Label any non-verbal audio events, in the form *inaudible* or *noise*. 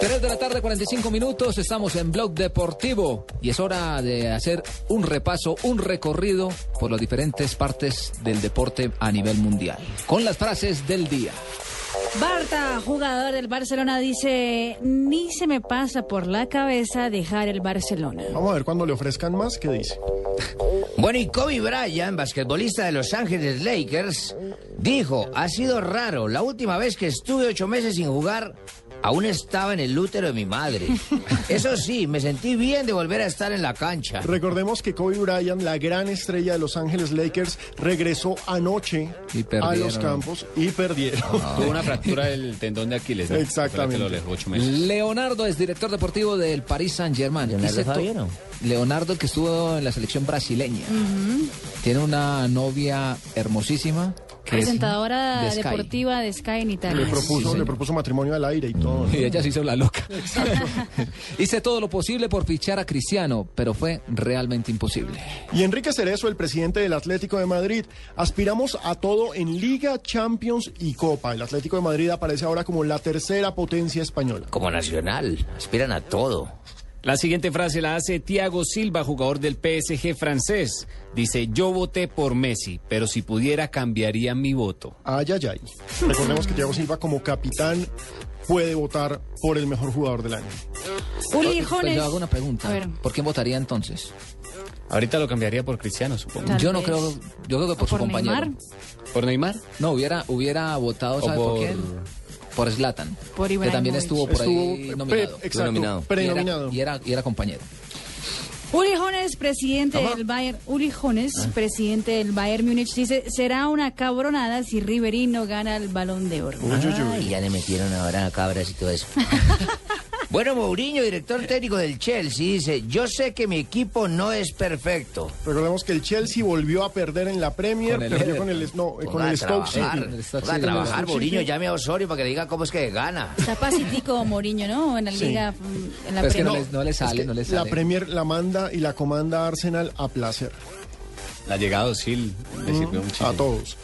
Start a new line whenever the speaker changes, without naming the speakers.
3 de la tarde, 45 minutos. Estamos en Blog Deportivo y es hora de hacer un repaso, un recorrido por las diferentes partes del deporte a nivel mundial. Con las frases del día.
Barta, jugador del Barcelona, dice, ni se me pasa por la cabeza dejar el Barcelona.
Vamos a ver cuando le ofrezcan más, ¿qué dice?
Bueno, y Kobe Bryant, basquetbolista de Los Ángeles Lakers, dijo, ha sido raro, la última vez que estuve ocho meses sin jugar, aún estaba en el útero de mi
*laughs*
madre. Eso sí, me sentí bien de volver a estar en la cancha.
Recordemos que Kobe Bryant, la gran estrella de Los Ángeles Lakers, regresó anoche
Y
a
perdieron. Ah,
los campos y perdieron.
Tuvo una fractura del tendón de Aquiles. ¿no?
*laughs* Exactamente.
Fue la que lo dejó ocho meses.
Leonardo es director deportivo del Paris Saint Germain.
Leonardo Fabiano.
Leonardo el que estuvo en la selección brasileña. Tiene una novia hermosísima. que es
Presentadora
de Sky.
deportiva de Sky en
Le
Italia.
propuso,
señor.
le propuso matrimonio al aire y todo.
Y ella se hizo la loca. *laughs* Hice todo lo posible por fichar a Cristiano, pero fue realmente imposible.
Y Enrique Cerezo, el presidente del Atlético de Madrid, aspiramos a todo en Liga, Champions y Copa. El Atlético de Madrid aparece ahora como la tercera potencia española.
Como nacional, aspiran a todo.
La siguiente frase la hace Thiago Silva, jugador del PSG francés. Dice, yo voté por Messi, pero si pudiera cambiaría mi voto.
Ay, ay, ay. Recordemos que Thiago Silva como capitán puede votar por el mejor jugador del año.
Uli Jones.
Pero Pues yo hago una pregunta.
A ver.
¿Por quién votaría entonces?
Ahorita lo cambiaría por Cristiano, supongo.
Tal
yo no
vez.
creo, yo creo que por su
¿Por
compañero.
Neymar?
¿Por Neymar?
No, hubiera, hubiera votado,
O
¿sabe por,
por-
quién? Por Zlatan.
Por
que
Ibrahimovic.
también estuvo por ahí
Estuvo,
nominado.
pre- exacto,
Nominado.
prenominado.
Y era, y era, y era compañero.
Uli Jones, presidente del Bayern. Uli Jones,
Ah.
presidente del Bayern Múnich, dice, será una cabronada si Ribery no gana el Balón de Oro.
Y ya le metieron ahora a cabras y todo *laughs* eso. bueno, Mourinho, director técnico del Chelsea, dice, yo sé que mi equipo no es perfecto.
Recordemos que el Chelsea volvió a perder en la Premier,
Con el
perdió
Everton.
con el, no, eh, con
Ponga
el
a
Stoke
trabajar,
City.
Stoke
ponga a
City,
trabajar,
Stoke
Mourinho,
City.
llame a Osorio para que le diga cómo es que gana.
Está pacífico Mourinho, ¿no? En la
Sí.
liga, mm, en la
Pero es que no,
Premier.
le, no le sale, no le
La
sale.
Premier la manda y la comanda Arsenal a placer,
La llegada de Osil le sirvió muchísimo.
a todos.